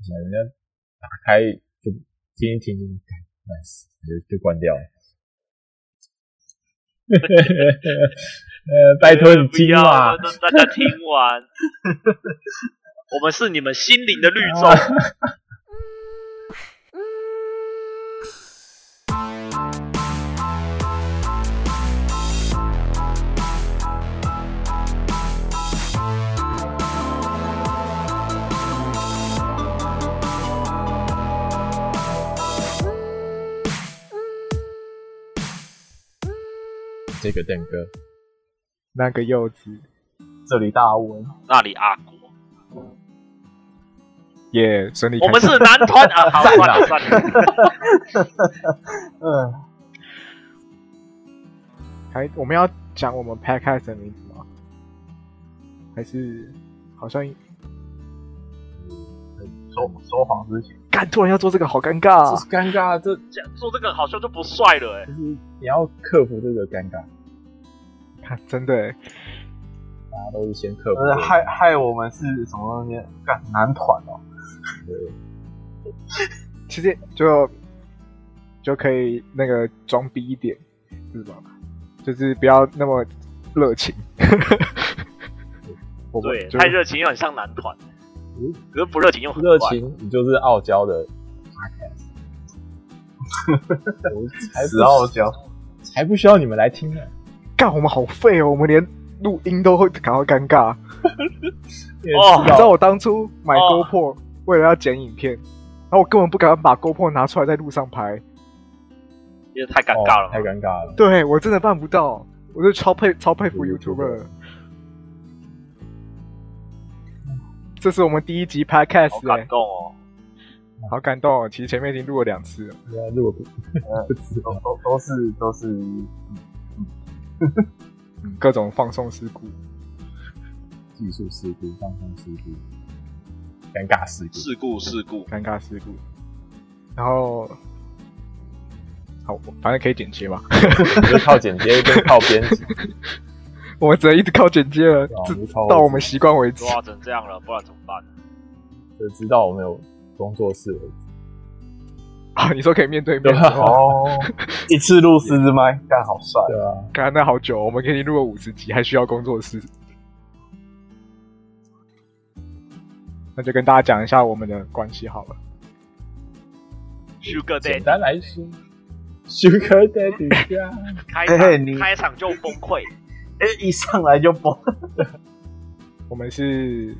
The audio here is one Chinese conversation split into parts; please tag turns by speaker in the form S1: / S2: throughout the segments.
S1: 一下，人家打开就听一听就 nice，就就关哎掉了。呃，拜托你
S2: 不
S1: 听
S2: 要
S1: 嘛，
S2: 让大家听完。我们是你们心灵的绿洲。
S1: 这个蛋哥，
S3: 那个柚子，这里大文
S2: 那里阿国，
S3: 耶，顺利
S2: 我
S3: 开
S2: 们
S3: 始。
S2: 是男团啊，好，
S1: 赞
S2: 算
S1: 啊
S2: 了算了，
S4: 嗯，
S3: 还我们要讲我们 podcast 的名字吗？还是好像
S4: 说说谎之前，
S3: 干突然要做这个，好尴尬、
S1: 这
S3: 啊
S1: 是。尴尬，这
S2: 这样做这个好像就不帅了哎、
S1: 就是你要克服这个尴尬，
S3: 看真的欸，
S1: 大家都是先克服这
S4: 呃，
S1: 个。
S4: 害害我们是什么东西？干男团哦，
S1: 对
S3: 其实就就可以那个装逼一点，是吧？就是不要那么热情。 我们
S2: 对，
S3: 就
S2: 太热情又很像男团，
S1: 嗯
S2: 可是不热情又很
S1: 热
S2: 怪。
S1: 情，你就是傲娇的 podcast 我才不
S4: 死傲娇，
S1: 才不需要你们来听呢、
S3: 干，我们好废哦，我们连录音都会感到尴尬。
S2: 哦
S3: 你知道我当初买
S2: 哦
S3: GoPro、为了要剪影片，然后我根本不敢把 GoPro 拿出来在路上拍，
S2: 因为太尴尬了
S1: 哦
S2: 嘛，
S1: 太尴尬了。
S3: 对我真的办不到，我就超佩超佩服 YouTuber 的。这是我们第一集 Podcast，
S2: 好
S3: 哎、
S2: 感动哦。
S3: 好感动、哦！其实前面已经录了两次了，
S1: 对啊如果不
S4: 呃
S1: 不知道
S4: 都都都是都是，
S3: 嗯各种放送事故。
S1: 技术事故、放松事故、尴尬事故，
S2: 事故事故，
S3: 尴尬事故。然后，好，反正可以剪切嘛，
S1: 就是靠剪接跟靠编辑，
S3: 我们只能一直靠剪接了，
S1: 对啊
S3: 直
S1: 无靠
S3: 到我们习惯为止
S2: 都。要成这样了，不然怎么办？
S1: 就知道我们有工作室为止。
S3: 啊， 你说可以面对面
S1: 对啊
S3: 哦，
S4: 哦，一次录四支麦，干好帅，哦
S1: 对啊，
S3: 刚刚那好久，我们可以录了五十集，还需要工作室。那就跟大家讲一下我们的关系好了。
S2: Sugar
S1: 简
S2: Daddy
S1: 单来说，Sugar Daddy 啊 家，
S2: 开
S4: 嘿嘿
S2: 场
S4: 你
S2: 开场就崩溃，
S4: 哎，一上来就崩，
S3: 我们是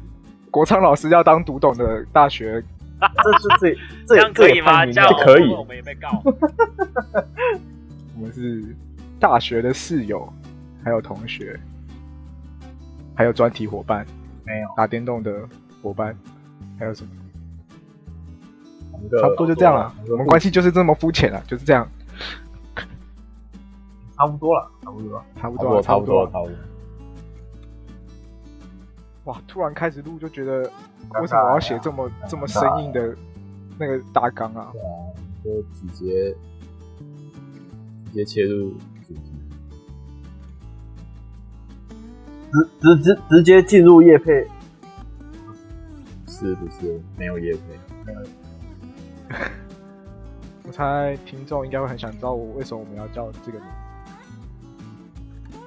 S3: 国昌老师要当读懂的大学，
S4: 这是这这
S2: 这样可以吗？
S4: 这也太明
S2: 这样
S1: 这可以
S2: 我们也被告。
S3: 我们是大学的室友，还有同学，还有专题伙伴。
S4: 没有，
S3: 打电动的伙伴，还有什么？
S1: 我们的
S3: 差不多就这样了。
S1: 啊
S3: 我们关系就是这么肤浅了，就是这样，
S4: 差不多了，差不多了，
S3: 差不
S1: 差
S3: 多
S1: 不
S3: 了，
S1: 多，差
S3: 不
S1: 不
S3: 多
S1: 多，啊
S3: 啊了。
S1: 差不多。
S3: 哇，突然开始录就觉得，
S4: 尬
S3: 为什么我要写这么这么生硬的那个大纲啊？
S1: 对啊，就直接直接切入主题。
S4: 直直直直接进入夜配，
S1: 是不是没有业配？
S3: 我猜听众应该会很想知道我为什么我们要叫这个名字。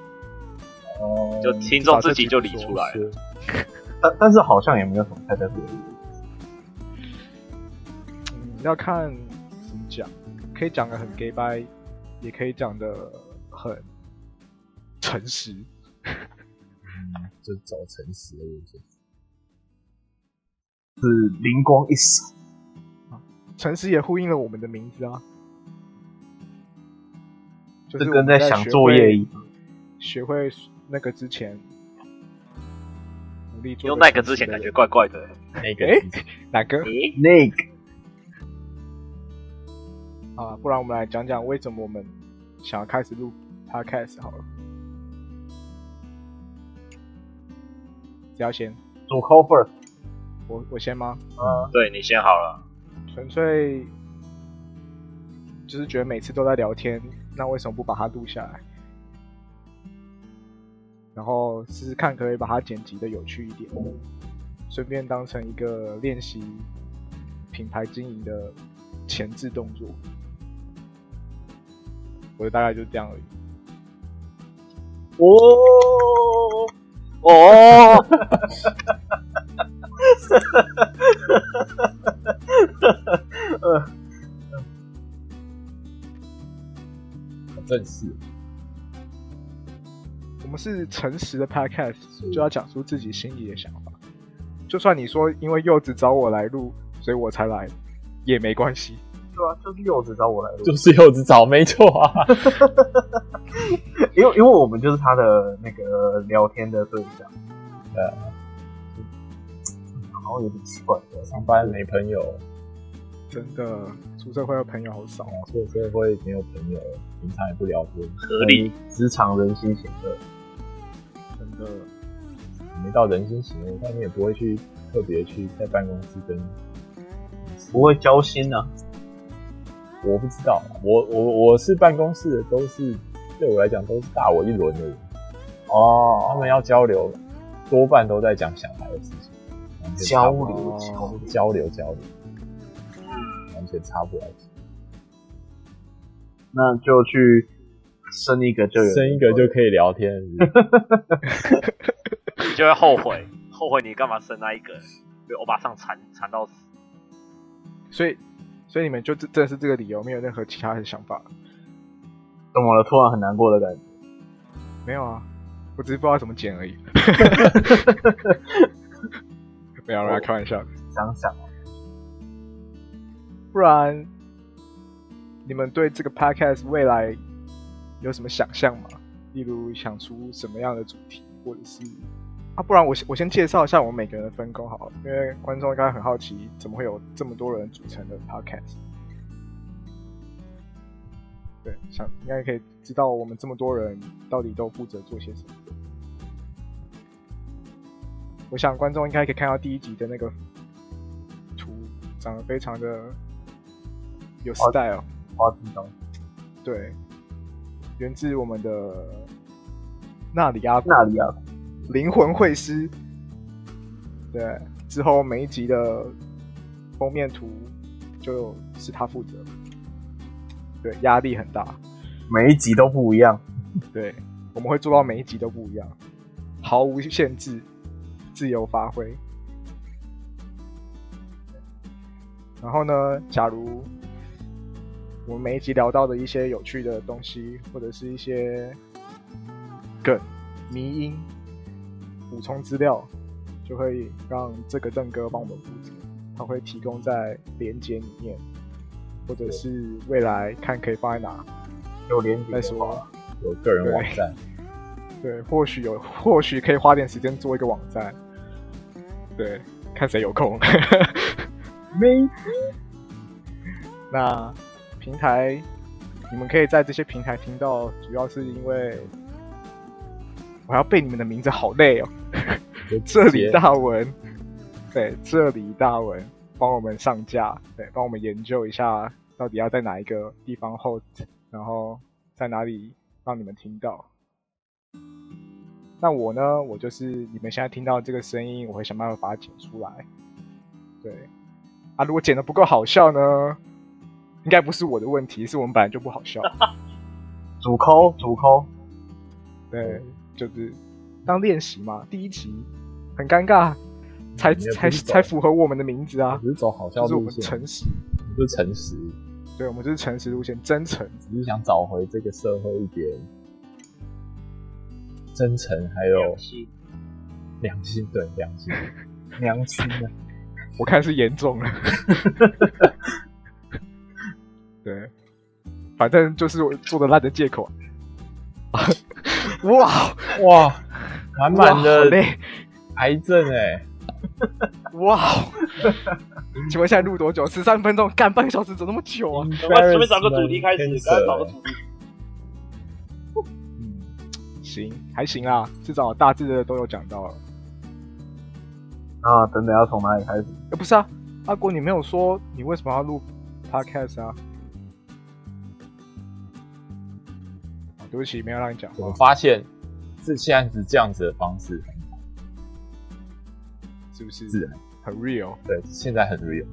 S1: 哦
S2: 就听众自己就理出来了。
S4: 但但是好像也没有什么太特别的，
S3: 嗯，要看怎么讲，可以讲的很 gay 掰，也可以讲的很诚实。
S1: 嗯就走诚实的路线。
S4: 是灵光一闪，
S3: 诚实也呼应了我们的名字啊，就
S4: 这
S3: 是
S4: 跟
S3: 我们在
S4: 想
S3: 学
S4: 作
S3: 会
S4: 业一样，
S3: 学会那个之前，努力做。
S2: 用那个之前感觉怪怪的。
S1: 那个
S3: 诶
S1: 自己
S3: 哪个
S2: 诶，
S4: 那个
S3: 啊？不然我们来讲讲为什么我们想要开始录 podcast 好了。只要先，
S4: 主 call first，
S3: 我我先吗？
S4: 嗯，
S2: 对你先好了，
S3: 纯粹就是觉得每次都在聊天，那为什么不把它录下来？然后试试看，可不可以把它剪辑的有趣一点，顺便当成一个练习品牌经营的前置动作。我大概就这样而已。
S4: 哦哦，
S5: 很正式。
S3: 我们是诚实的 podcast，就要讲出自己心里的想法。就算你说因为柚子找我来录，所以我才来，也没关系。
S4: 对啊，就是柚子找我来录，
S1: 就是柚子找，没错啊。
S4: 因为因为我们就是他的那个聊天的对象，
S1: 呃，
S4: 好像有点奇怪，对
S1: 上班没朋友，
S3: 真的，出社会的朋友好少。哦
S1: 出社会没有朋友，平常也不聊天，
S2: 合理。
S4: 职场人心险恶，
S3: 真的，
S1: 没到人心行为，但你也不会去特别去在办公室跟。
S4: 不会交心啊。
S1: 我不知道，啊我我我是办公室的，都是对我来讲都是大我一轮的人，他
S4: 哦，
S1: 们要交流，多半都在讲小孩的事情，完全
S4: 交
S1: 插不
S4: 流
S3: 哦
S4: 交流，
S1: 交流交流，完全插不来。
S4: 那就去生一个就有，
S1: 生一个就可以聊 天，是不是
S2: 你就会后悔，后悔你干嘛生那一个，被欧巴上缠缠到死。
S3: 所以，所以你们就真的是这个理由，没有任何其他的想法？
S4: 怎么了？突然很难过的感觉。
S3: 没有啊，我只是不知道怎么剪而已。 没有啦，开玩笑的。
S4: 想想，
S3: 不然，你们对这个 podcast 未来有什么想象吗？例如想出什么样的主题，或者是啊，不然我先我先介绍一下我们每个人的分工好了，因为观众应该很好奇，怎么会有这么多人组成的 podcast？对，想应该可以知道我们这么多人到底都负责做些什么。我想观众应该可以看到第一集的那个图，长得非常的有 style。
S4: 花枝招展
S3: 对，源自我们的纳里阿古
S4: 那里啊，
S3: 灵魂会师。对，之后每一集的封面图就是他负责。对，压力很大。
S4: 每一集都不一样。
S3: 对，我们会做到每一集都不一样，毫无限制，自由发挥。然后呢，假如我们每一集聊到的一些有趣的东西，或者是一些梗、迷因、补充资料，就会让这个邓哥帮我们负责，他会提供在连接里面，或者是未来看可以放在哪
S4: 有连接
S3: 再
S4: 的
S3: 说。
S4: 话，
S1: 有个人网站，
S3: 对，或许有，或许可以花点时间做一个网站。对，看谁有空。
S4: 没
S3: 那平台，你们可以在这些平台听到，主要是因为我要背你们的名字，好累哦。
S1: 就直
S3: 这里
S1: 接
S3: 大文，对，这里大文帮我们上架，对，帮我们研究一下到底要在哪一个地方 host，然后在哪里让你们听到。那我呢，我就是你们现在听到这个声音，我会想办法把它剪出来。对，啊，如果剪的不够好笑呢，应该不是我的问题，是我们本来就不好笑。
S4: 主抠主抠，
S3: 对，
S1: 嗯
S3: 就是当练习嘛。第一集很尴尬，才
S1: 嗯你也不
S3: 才
S1: 是
S3: 才
S1: 走
S3: 符合我们的名字啊，
S1: 只是走好笑
S3: 就是我
S1: 路
S3: 们
S1: 线，
S3: 诚实，
S1: 就诚实，
S3: 对我们就是诚实路线，真诚。
S1: 只是想找回这个社会一点真诚，还有
S2: 良心
S1: 良心，对良心。
S4: 良心啊！
S3: 我看是严重了。 对，反正就是我做的烂的借口。啊 哇，哦
S1: 哇，满满
S3: 哇好
S1: 的
S3: 累，
S1: 癌症哎、
S3: 哇！哦 请问现在录多久？十三分钟，干半个小时，怎么那么久啊？
S2: 我们随便找个主题开始，
S1: Embarrassment
S2: 赶快找个主题。
S1: 嗯
S3: 嗯行，还行啦，至少大致的都有讲到了。
S4: 那等等啊要从哪里开始？
S3: 呃，不是啊，阿国，你没有说你为什么要录 podcast 啊？哦对不起，没有让你讲
S1: 我
S3: 话，
S1: 发现这现在是这样子的方式很
S3: 是不是？
S1: 自然，
S3: 很 real。
S1: 对，现在很 real，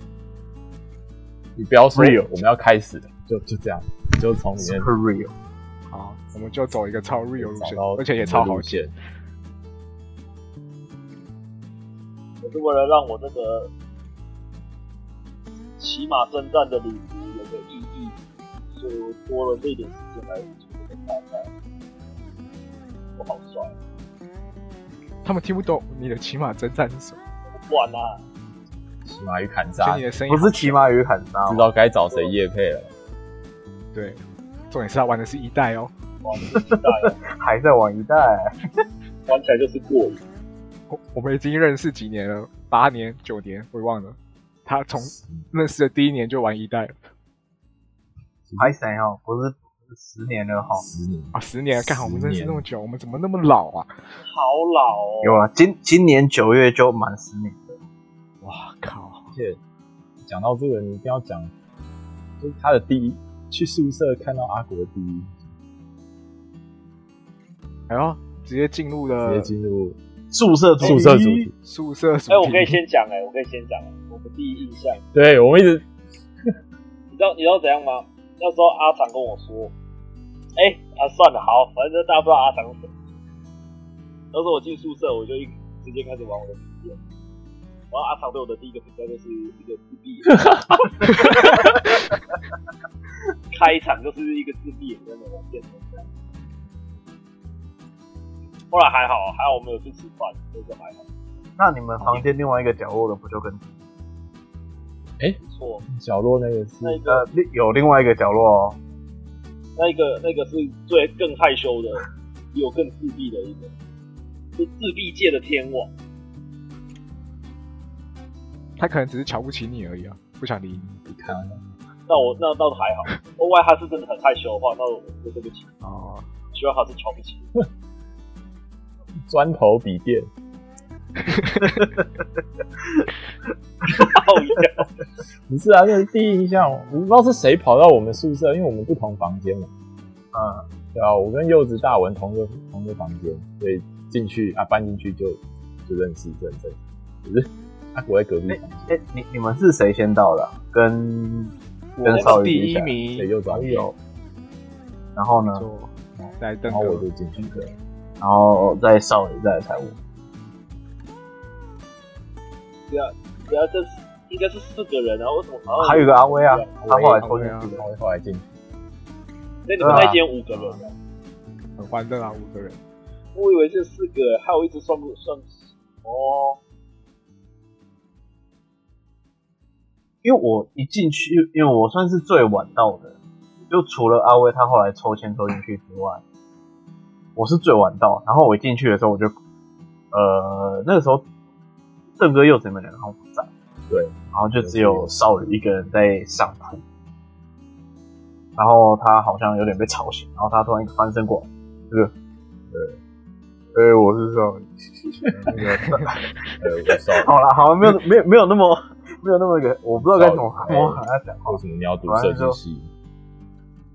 S1: 你不要说
S3: Real
S1: 我们要开始了，就就这样，你就从里面
S4: super real。
S3: 好，我们就走一个超 real 路
S1: 找
S3: 线
S1: 到，
S3: 而且也超好
S1: 路
S3: 剪。
S1: 线。
S2: 我是为了让我这个骑马征战的旅途有个意义，所以我多了这一点时间来做这个大赛。我好帅，
S3: 他们听不懂你的骑马征战是什么，
S2: 不玩啦、啊！
S1: 骑马与砍
S3: 所
S1: 杀，
S3: 以你
S1: 知
S3: 的声音
S4: 不是骑马与砍杀哦，
S1: 道该找谁叶配了。
S3: 对。重点是他玩的是一代哦，
S4: 还在玩一代，
S2: 玩起来就是过瘾。
S3: 我我们已经认识几年了，八年九年，我也忘了。他从认识的第一年就玩一代了
S4: 还谁哦？不是十年了哈。
S1: 十年，
S3: 啊，十年，
S1: 十
S3: 干我们认识
S1: 年
S3: 那么久，我们怎么那么老啊？
S2: 好老哦，
S4: 有啊，今今年九月就满十年了。
S3: 哇啊靠！
S1: 而且讲到这个，你一定要讲，就是他的第一，去宿舍看到阿国的第一，
S3: 哎呦，直接进入
S1: 直接
S3: 了
S1: 进入
S4: 宿舍主
S1: 宿舍主题。
S3: 宿舍主题。
S2: 哎、我可以先讲哎、我可以先讲、哎我们第一印象，
S1: 对，我们一直
S2: 你知道你知道怎样吗？那时候阿长跟我说，哎、啊算了，好，反正大家不知道阿长是谁。那时候我进宿舍，我就一直接开始玩我的笔记了。然后阿长对我的第一个评价就是一个自闭眼， 开场就是一个自闭眼在那玩电动这样。后来还好，还好我们有去吃饭，所以就还好，
S4: 那你们房间另外一个角落的不就跟
S2: 不错。
S1: 角落那个是
S2: 那个
S4: 呃另有另外一个角落哦？
S2: 那个那个是最更害羞的，比我更自闭的一个，是自闭界的天王。
S3: 他可能只是瞧不起你而已啊，不想理你
S1: 你看啊，
S2: 那我那倒是还好，哦，万一他是真的很害羞的话，那我就对不起，
S3: 哦。
S2: 希望他是瞧不起。
S1: 砖头笔电，
S2: 靠呀，
S1: 不是啊，那是第一印象，我不知道是谁跑到我们宿舍，因为我们不同房间嘛。
S4: 嗯，
S1: 对啊，我跟柚子、大文同个同个房间，所以进去啊搬进去就就认识，认识。可是阿国在隔壁房间，
S4: 哎、你你们是谁先到的啊、跟跟
S3: 我
S4: 少
S3: 是
S4: 宇
S3: 第
S4: 比起
S3: 一
S1: 所
S4: 来，
S1: 以
S3: 名，
S1: 柚
S4: 哎
S1: 子有，
S4: 然后呢？
S3: 就来登
S1: 嗯然后我
S3: 哥
S1: 就进去了。
S4: 然后再少宇，再来才我。
S2: 只要这是应该是四个人啊，为什么好像
S4: 还有一个阿威啊，
S1: 阿
S4: 他
S1: 威
S4: 后来抽进
S3: 阿
S4: 去
S3: 威
S4: 的
S1: 然。后后来进去，
S2: 那你们那间五个人啊？
S3: 很欢乐啊，五个人。
S2: 我以为是四个，害我一直算不算哦。
S4: 因为我一进去，因为我算是最晚到的，就除了阿威他后来抽签抽进去之外，我是最晚到。然后我一进去的时候，我就，呃，那个时候正哥、柚子你们两个好像不在，
S1: 对，
S4: 然后就只有少宇一个人在上铺，然后他好像有点被吵醒，然后他突然一个翻身过来，就是，对，哎、我是少宇，那 个
S1: 呃，我 少
S4: 好了，好啦，没有没有没有那么 没有那么个，我不知道该怎么
S1: 少
S4: 怎么喊他讲话
S1: 为。什么你要读设计系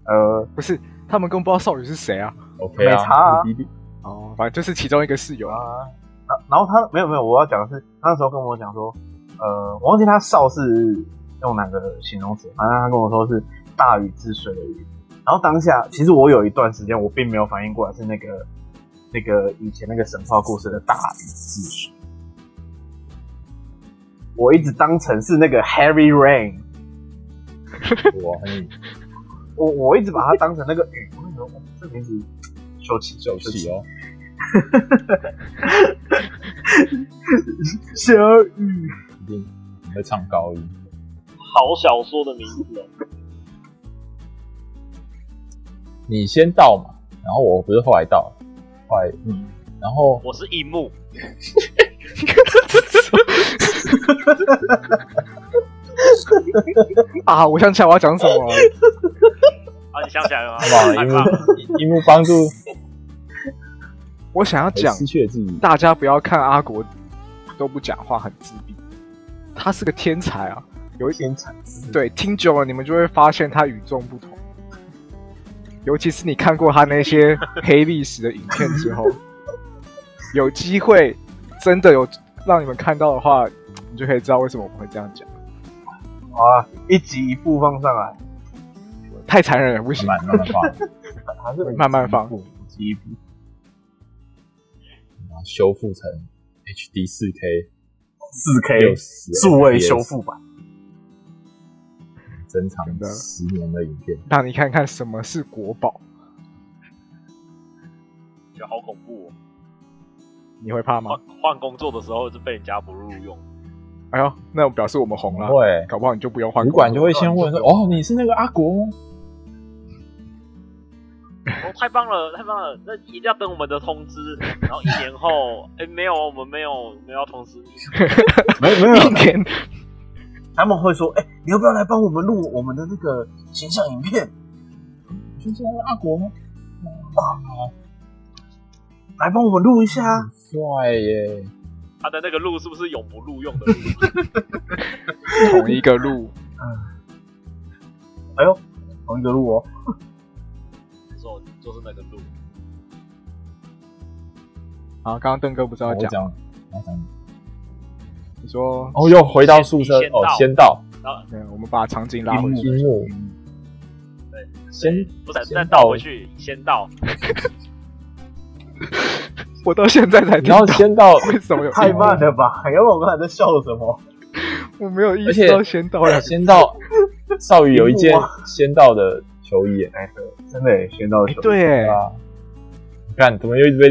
S4: 呃，
S3: 不是，他们更不知道少宇是谁啊。
S1: ？OK 啊，
S4: 没差啊
S1: 你弟弟
S3: 哦，反正就是其中一个室友啊。
S4: 啊，然然后他没有没有，我要讲的是，他那时候跟我讲说，呃，我忘记他少是用哪个形容词，反正他跟我说是大禹治水的禹。然后当下，其实我有一段时间我并没有反应过来是那个那个以前那个神话故事的大禹治水，我一直当成是那个 Harry Rain。
S1: 我很
S4: 我我一直把它当成那个雨，我那时候哦这名字秀气
S1: 秀气，哦，
S4: 小雨
S1: 一定你会唱高音。
S2: 好小说的名字哦，
S1: 你先到嘛，然后我不是后来到，后来嗯，然后
S2: 我是一木，
S3: 啊，我想起来我要讲什么了。
S2: 啊，你想起来了吗？
S1: 好吧，
S2: 害
S1: 樱
S2: 怕
S1: 木樱木帮助哎
S3: 我想要讲，
S1: 失去了自己，
S3: 大家不要看阿国都不讲话，很自闭，他是个天才啊。
S4: 有一点惨，是不是，
S3: 对，听久了你们就会发现他与众不同。尤其是你看过他那些黑历史的影片之后，有机会真的有让你们看到的话，你就可以知道为什么我们会这样讲。
S4: 好啊，一集一部放上来，
S3: 太残忍了，不行。
S1: 慢慢慢放，还是
S3: 慢慢放
S1: 一步一步，然后修复成 HD 四 K
S4: 四
S1: 六
S4: K
S1: 十
S4: 哎数位修复版，
S1: 珍藏
S3: 真的
S1: 十年的影片，
S3: 让你看看什么是国宝，
S2: 觉得好恐怖哦。
S3: 你会怕吗
S2: 换？换工作的时候是被人家不录用，
S3: 哎呦，那表示我们红了，
S1: 会
S3: 搞不好你就不用换
S1: 主
S3: 工作
S1: 管就 会先问说：“哦，你是那个阿国吗
S2: 哦，太棒了，太棒了！那一定要等我们的通知，然后一年后， 哎、没有，我们没有没有要通知你，
S4: 没有没有，
S3: 一年
S4: 他们会说，哎、你要不要来帮我们录我们的那个形象影片？？”
S1: 你就是那个阿国吗？
S4: 来帮我们录一下啊
S1: 很，
S3: 嗯
S1: 帅耶！
S2: 他的那个路是不是永不录用的路？
S3: 同一个路，
S4: 同一个录哦。
S2: 没错，就是那个路。
S3: 啊，刚刚邓哥不是要
S1: 我
S3: 讲，
S1: 讲，我讲，
S3: 你说，
S1: 哦，又回到宿舍
S2: 先
S1: 哦，
S2: 到
S1: 先到
S3: 对，我们把场景拉
S1: 樱
S3: 回
S1: 木，
S3: 去，
S1: 樱木，先
S2: 不是，
S1: 先
S2: 再
S1: 到
S2: 倒回去，先到。
S3: 我到现在才
S1: 你
S3: 听到
S1: 要，先到，
S3: 为什么有
S4: 太慢了吧？要不然我刚才在笑什么？
S3: 我没有意
S1: 而
S3: 识
S1: 且哎
S3: 到先到了，
S1: 先到少羽有一件
S4: 樱木
S1: 先到的球衣耶，
S4: 哎、真的耶先到
S3: 哎
S4: 球，，
S3: 对耶，
S1: 啊，你看怎么又一直被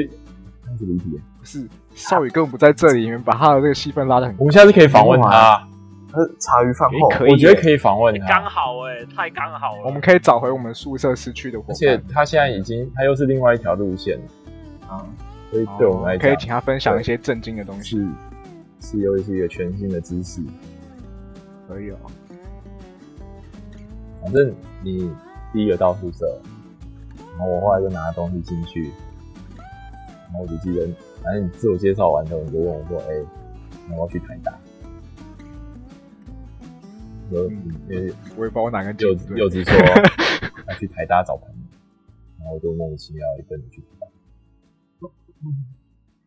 S1: 这样子离题？
S3: 不是少宇根本不在这里，你们把他的这个戏份拉得很
S1: 我们下次可以访问他，
S4: 他是茶余饭后，
S3: 可以耶
S1: 我觉得可以访问
S2: 刚
S1: 他，
S2: 好哎、太刚好了。
S3: 我们可以找回我们宿舍失去的伙
S1: 哦而
S3: 伴，
S1: 且他现在已经他又是另外一条路线了，
S4: 啊
S1: 所以对我们来
S3: 哦可以
S1: 讲
S3: 请他分享一些震惊的东西，
S1: 是是又是一个全新的知识。
S3: 可以哦。
S1: 反正你第一个到宿舍，然后我后来就拿东西进去，然后我就记得，反正你自我介绍完之后，你就问我说：“哎、我要去台大。”有
S3: 嗯
S1: 有
S3: 我也不知道我哪个
S1: 柚
S3: 镜
S1: 子
S3: 子，
S1: 柚子说要去台大找朋友，然后我就莫名其妙也跟你去台大。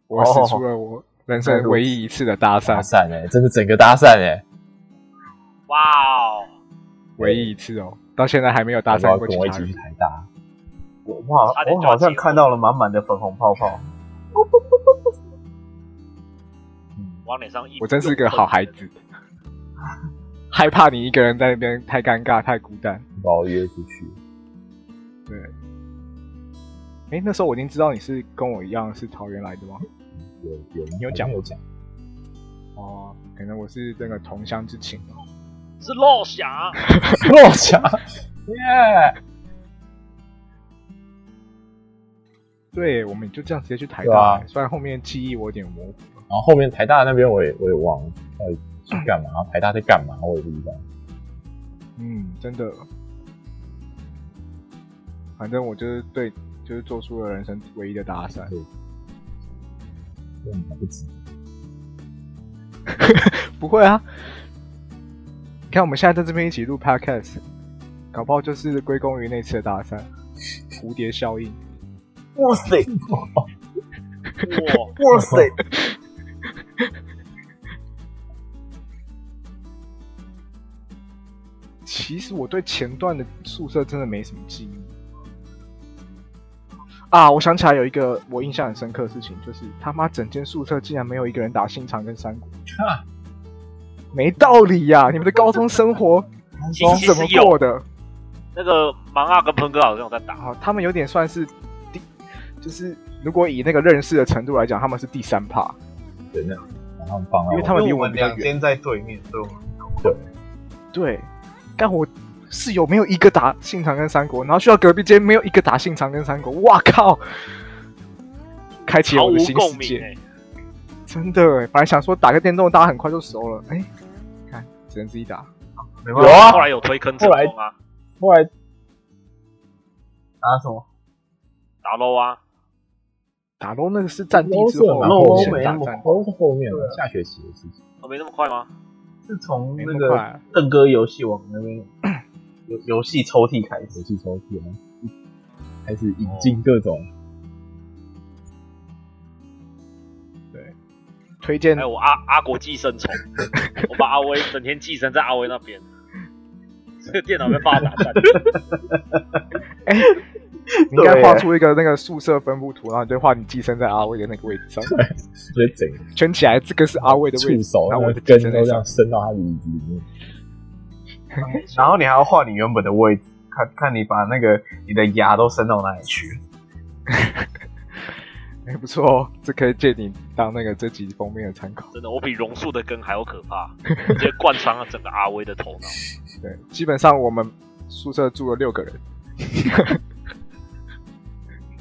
S3: 我
S1: 哦
S3: 使出了我人生唯一一次的搭
S1: 搭
S3: 讪，
S1: 讪哎、真的整个搭讪哎、
S2: 哇哦，
S3: 唯一一次哦，到现在还没有搭
S1: 要不要
S3: 讪过
S1: 跟
S3: 其
S1: 我一
S3: 他
S1: 起去
S3: 人。
S1: 台大？
S4: 我我好
S2: 差点
S4: 我好
S2: 就要
S4: 像
S2: 结婚
S4: 看到了满满的粉红泡泡。
S2: 往脸上一，
S3: 我真是个好孩。子，害怕你一个人在那边太尴尬、太孤单。
S1: 把我约出去，
S3: 对，哎，那时候我已经知道你是跟我一样是桃园来的吗？
S1: 有有
S3: 你有讲
S1: 有讲，
S3: 哦，可能我是这个同乡 之情哦。
S2: 是啊落霞，
S1: 落下， 耶！
S3: 对，我们就这样直接去台
S1: 对啊
S3: 大，虽然后面记忆我有点模糊。
S1: 然后后面台大那边我也我也忘了到底去干嘛，台大在干嘛我也不知道。
S3: 嗯，真的。反正我就是对，就是做出了人生唯一的搭讪。
S1: 因为你还不知道，
S3: 不会啊，你看我们现在在这边一起录 podcast，搞不好就是归功于那次的搭讪，蝴蝶效应。
S4: 哇塞，
S2: 哇，
S4: 哇塞！
S3: 其实我对前段的宿舍真的没什么记忆。啊，我想起来有一个我印象很深刻的事情，就是他妈整间宿舍竟然没有一个人打新肠跟山谷，
S1: 哈
S3: 没道理呀、你们的高中生活
S2: 其实
S3: 是怎么
S2: 有
S3: 过的？
S2: 那个盲啊跟鹏哥好像有在打，
S3: 啊，他们有点算是第，就是如果以那个认识的程度来讲，他们是第三趴，
S1: 对那，然后放
S3: 因为
S1: 了
S3: 他们离我们比较
S4: 两
S3: 远。
S4: 间在对面，所以我们
S3: 对，但我室友没有一个打信长跟三国，然后去到隔壁间没有一个打信长跟三国，哇靠！开启了
S2: 毫
S3: 我
S2: 无
S3: 的新世
S2: 共鸣
S3: 界，
S2: 哎、
S3: 真的欸！本来想说打个电动，大家很快就熟了，哎、看只能自己打。
S4: 没
S1: 有
S4: 办法
S1: 啊
S2: 后，来有推坑成功啊，
S1: 后来
S4: 打什么？
S2: 打 low 啊，
S3: 打 LO 那个是战地之
S1: 是
S3: 后，
S1: 很
S4: 后
S1: 后
S3: 先
S4: 面
S3: 打
S4: 没那
S3: 战
S4: 么
S3: 地，
S1: 都是后面的下学期的事情。
S2: 哦没那么快吗？
S4: 是从
S3: 没
S4: 那
S3: 那么快
S4: 个
S3: 啊。
S4: 邓哥游戏网那边游游戏抽屉开
S1: 游
S4: 始。
S1: 戏抽 屉啊，开始引进各种，
S3: 推荐
S2: 哎 还有我阿阿国寄生虫，我把阿威整天寄生在阿威那边，这个电脑被爸打断。
S3: 你应该画
S4: 对
S3: 出一个那个宿舍分布图，然后你就画你寄生在阿威的那个位置上，
S1: 所以整个
S3: 圈起来，这个是阿威的位
S1: 触
S3: 置，
S1: 手
S3: 然
S1: 那
S3: 后我
S1: 个
S3: 的
S1: 根
S3: 寄生
S1: 都
S3: 在
S1: 这
S3: 上
S1: 样。伸到他的椅子里面，
S4: 然后你还要画你原本的位置，看看你把那个你的牙都伸到哪里去。
S3: 哎，不错哦，这可以借你当那个这集封面的参考。
S2: 真的，我比榕树的根还要可怕，直接贯穿了整个阿威的头脑。
S3: 对，基本上我们宿舍住了六个人，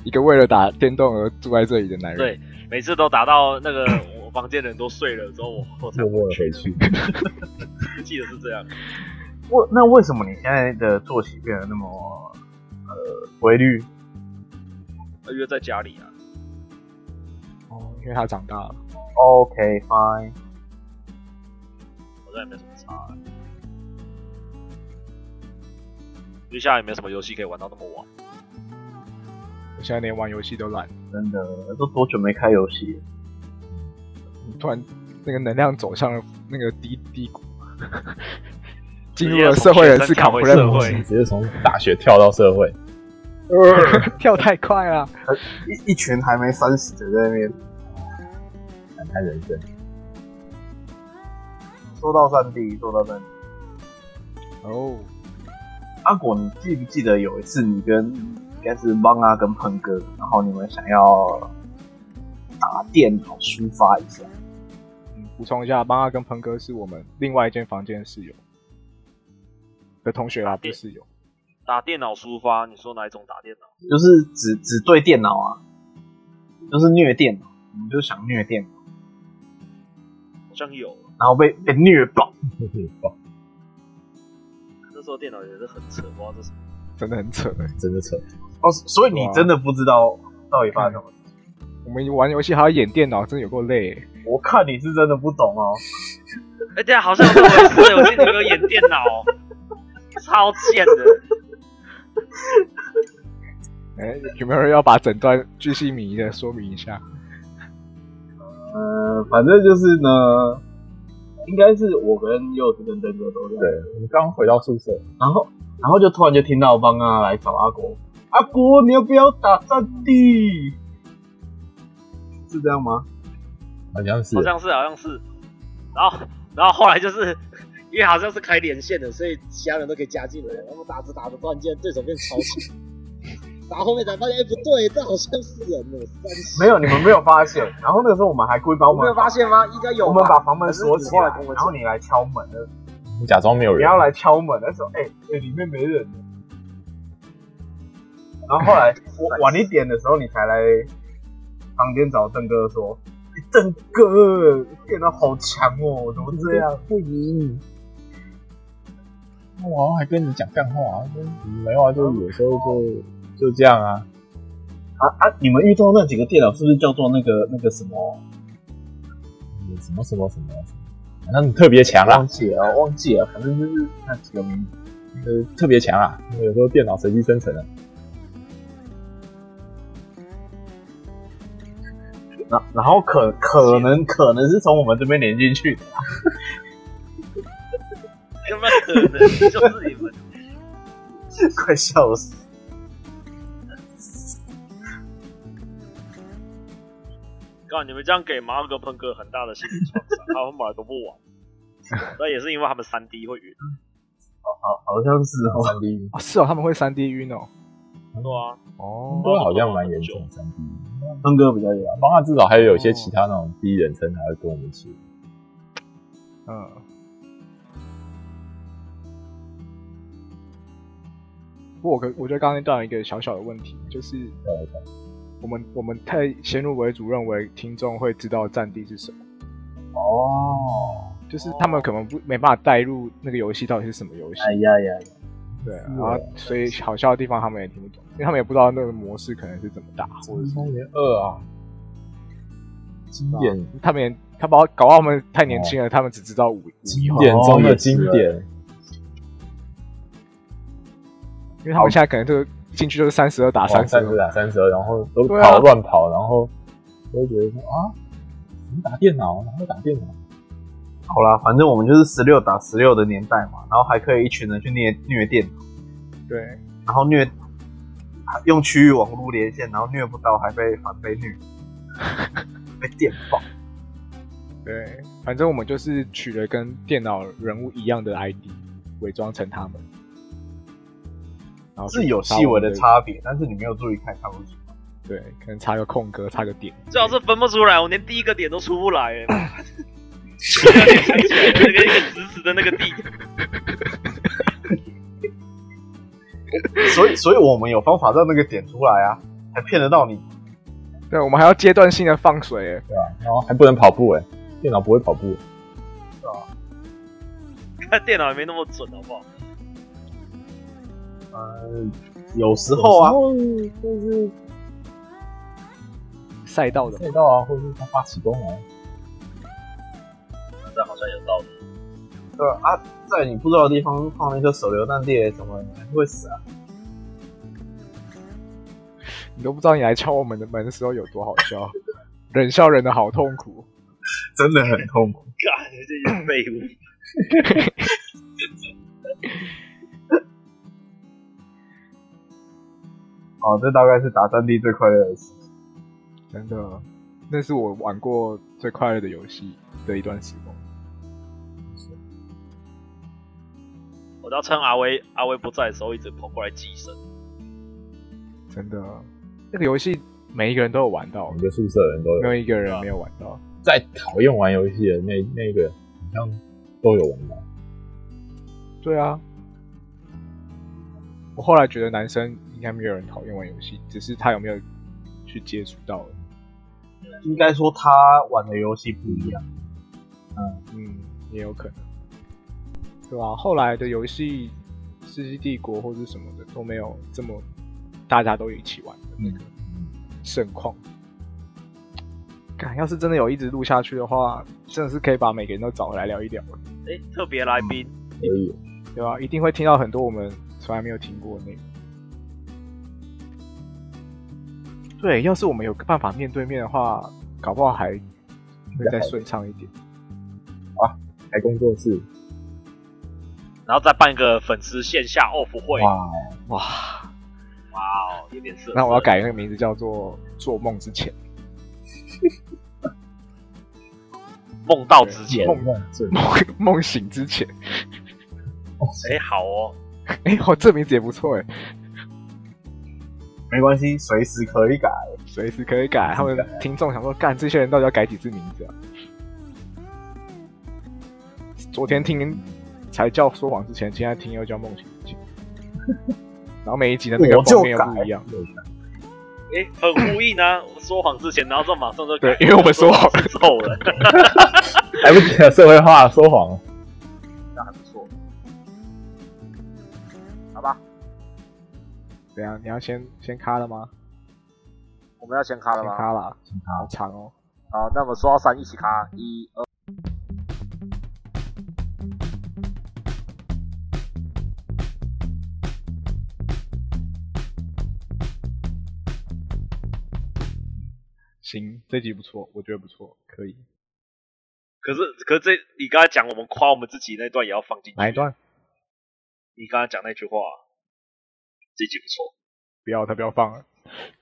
S3: 一个为了打电动而住在这里的男人。
S2: 对，每次都打到那个我房间的人都睡了之后，我我才
S1: 默默的回去。
S2: 记得是这样。
S4: 为那为什么你现在的作息变得那么呃规律？
S2: 因为在家里啊，
S3: 哦，因为他长大了。
S4: OK fine，
S2: 好像也没什么差、啊。因为现在也没什么游戏可以玩到那么晚，
S3: 我现在连玩游戏都懒，
S4: 真的都多久没开游戏了？
S3: 突然那个能量走向了那个低低谷， 进入了社会人士
S2: 直接从学生跳回社
S3: conference，
S2: 会
S1: 直接从大学跳到社会，
S3: 跳太快了。
S4: 一一群还没三十的在那边
S1: 感叹人生。
S4: 说到战地，说到战地。
S3: 哦，
S4: 阿果，你记不记得有一次你跟应该是邦啊跟鹏哥，然后你们想要打电脑抒发一下？
S3: 嗯，补充一下，邦阿跟鹏哥是我们另外一间房间的室友的同学啊啦，不是室友。
S2: 打电脑抒发，你说哪一种打电脑？
S4: 就是只只对电脑啊，就是虐电脑，我们就想虐电脑，
S2: 好像有，
S4: 然后被被虐爆。
S2: 那时候电脑也是很扯，不知道这是什么。
S3: 真的很扯哎、
S1: 真的扯，
S4: 哦，所以你
S3: 对啊
S4: 真的不知道到底发生什么事？
S3: 我们玩游戏还要演电脑，真的有够累、欸。
S4: 我看你是真的不懂哦。
S2: 哎、对啊，好像有这回事，我记得你有演电脑，超贱的。
S3: 哎、有没有人要把整段巨细靡遗的说明一下？
S4: 呃，反正就是呢，应该是我跟柚子跟登哥都在
S1: 对，我们刚回到宿舍，
S4: 然后然后就突然就听到邦啊来找阿国，阿国你要不要打战地？是这样吗？
S1: 好像是
S2: 好像是，好像是。然后，然后后来就是因为好像是开连线的，所以其他人都可以加进来。然后打着打着，突然间对手变超强，打后面才发现，哎、不对，这好像是人了。
S4: 没有，你们没有发现。 然后那个时候我们还故意把我
S6: 没有
S4: 们
S6: 发现吗？应该有吧。
S4: 我们把房门锁起
S6: 还是你后
S4: 来
S6: 来跟我，
S4: 然
S6: 讲
S4: 后你来敲门的，
S1: 假装没有
S4: 你
S1: 人
S4: 要，来敲门的时候，哎、哎、里面没人。然后后来我晚一点的时候，你才来房间找邓哥说，哎邓、哥电脑好强哦，怎么这样？
S1: 不赢。我好像还跟你讲干话、啊，说没有啊，就有时候就就这样啊。
S4: 啊啊！你们遇到那几个电脑是不是叫做那个那个什么？
S1: 什么什么什么什么，反正特别强啊
S4: 忘，记了，忘记了，反正就是那几个名字。
S1: 呃，特别强啊。有时候电脑随机生成的，啊
S4: 然然后可可能可能是从我们这边连进去的，
S2: 有没有可能就是你们？
S4: 快笑死！
S2: 告诉你们这样给马尔哥喷哥很大的心理创伤，他们本来都不玩。那也是因为他们三 D 会晕，
S4: 好，好像是哦。
S1: 三 D
S3: 哦，是哦，他们会三 D 晕哦。
S2: 对啊，
S3: 哦，
S1: 都好像蛮严重，三 D。
S4: 峰哥比较有，
S1: 方案至少还有一些其他那种第一人称，还会跟我们一起。
S3: 嗯，不过我可我觉得刚刚那段有一个小小的问题，就是我们我们太先入为主，认为听众会知道战地是什么，
S4: 哦，
S3: 就是他们可能不没办法带入那个游戏到底是什么游戏，
S4: 哎呀呀，
S3: 对，然后所以好笑的地方他们也听不懂，因为他们也不知道那个模式可能是怎么打，
S1: 我是三年二啊，经典
S3: 他们也他把搞到他们太年
S4: 哦
S3: 轻了，他们只知道五五一
S1: 经
S3: 号，
S1: 典中的经典，
S3: 因为他们现在可能就进去就是三十二
S4: 哦
S3: 打
S1: 三
S3: 啊三
S1: 三
S3: 十
S1: 十
S3: 二，
S1: 打三十二，然后都
S3: 对啊
S1: 跑乱啊跑，然后都会觉得说啊，怎么打电脑，然后打电脑，
S4: 好啦，反正我们就是十六打十六的年代嘛，然后还可以一群人去虐虐电脑，
S3: 对，
S4: 然后虐用区域网络连线，然后虐不到还被反被虐，被电 爆。
S3: 对，反正我们就是取了跟电脑人物一样的 ID，伪装成他们，然后去
S4: 是有
S3: 杀
S4: 细
S3: 我
S4: 微
S3: 们
S4: 的差别，但是你没有注意看，看不出。
S3: 对，可能插个空格，插个点。
S2: 最好是分不出来，我连第一个点都出不来、欸。妈的我突然间想起来了那个一个直直的那个地，
S4: 所以，所以我们有方法让那个点出来啊，才骗得到你。
S3: 对，我们还要阶段性的放水，哎
S1: 对吧、然后还不能跑步哎、
S3: 嗯
S1: 电脑不会跑步，
S2: 看电脑也没那么准，好不好？
S4: 嗯，有时候啊，
S1: 有时候就是
S3: 赛道的嘛，
S1: 赛道啊，或者是他发起啊功来，
S2: 这好像有道理。
S4: 对啊啊，在你不知道的地方放一个手榴弹猎什么，你还是会死啊。
S3: 你都不知道你来敲我们的门的时候有多好笑，忍笑忍的好痛苦。
S4: 真的很痛苦。
S2: 干，这些废物。
S4: 哦，这大概是打战地最快乐的事。
S3: 真的，那是我玩过最快乐的游戏的一段时光。
S2: 我都要趁阿威阿威不在的时候，一直跑过来寄生。
S3: 真的，那个游戏每一个人都有玩
S1: 我
S3: 到
S1: 们，的宿舍人都
S3: 没
S1: 有
S3: 有一个人没有玩到。
S1: 在讨厌玩游戏的那那个，好像都有玩到。
S3: 对啊，我后来觉得男生应该没有人讨厌玩游戏，只是他有没有去接触到而已。
S4: 应该说他玩的游戏不一样。
S3: 嗯，也有可能，对吧、后来的游戏《世纪帝国》或者什么的都没有这么大家都一起玩的那个盛况。感要是真的有一直录下去的话，真的是可以把每个人都找回来聊一聊了，
S2: 哎、特别来宾，
S1: 可以，
S3: 对吧、一定会听到很多我们从来没有听过的内容。对，要是我们有办法面对面的话，搞不好还会再顺畅一点。
S1: 开工作室，
S2: 然后再办一个粉丝线下 off 会，哇
S1: 哇，
S3: 哇！
S2: 哦，有点色。
S3: 那我要改那个名字叫做“做梦之前
S2: 梦到之前，
S1: 梦梦最”，
S3: 梦梦醒之前。
S2: 哎、好哦，
S3: 哎、我这名字也不错哎，
S4: 没关系，随时可以改。
S3: 随时可以改。他们听众想说，干这些人到底要改几次名字啊？昨天听才叫说谎之前，现在听又叫梦醒之前。然后每一集的那个
S4: 我就
S3: 封面又不一样，
S2: 哎、很呼应啊！我说谎之前，然后这马上就
S3: 对
S2: 改，
S3: 因为我们说谎
S2: 之后了，
S1: 来不及了，社会化说谎啊了。
S2: 那还不错。
S3: 怎样？你要先先卡了吗？
S2: 我们要先卡
S3: 先？卡啦，好长哦。
S2: 好，那我们说到三一起卡，一二。
S3: 行，这集不错，我觉得不错，可以。
S2: 可是，可是这你刚才讲我们夸我们自己那段也要放进去。
S3: 哪一？段？
S2: 你刚才讲那句话，这集不错。
S3: 不要，他不要放了。啊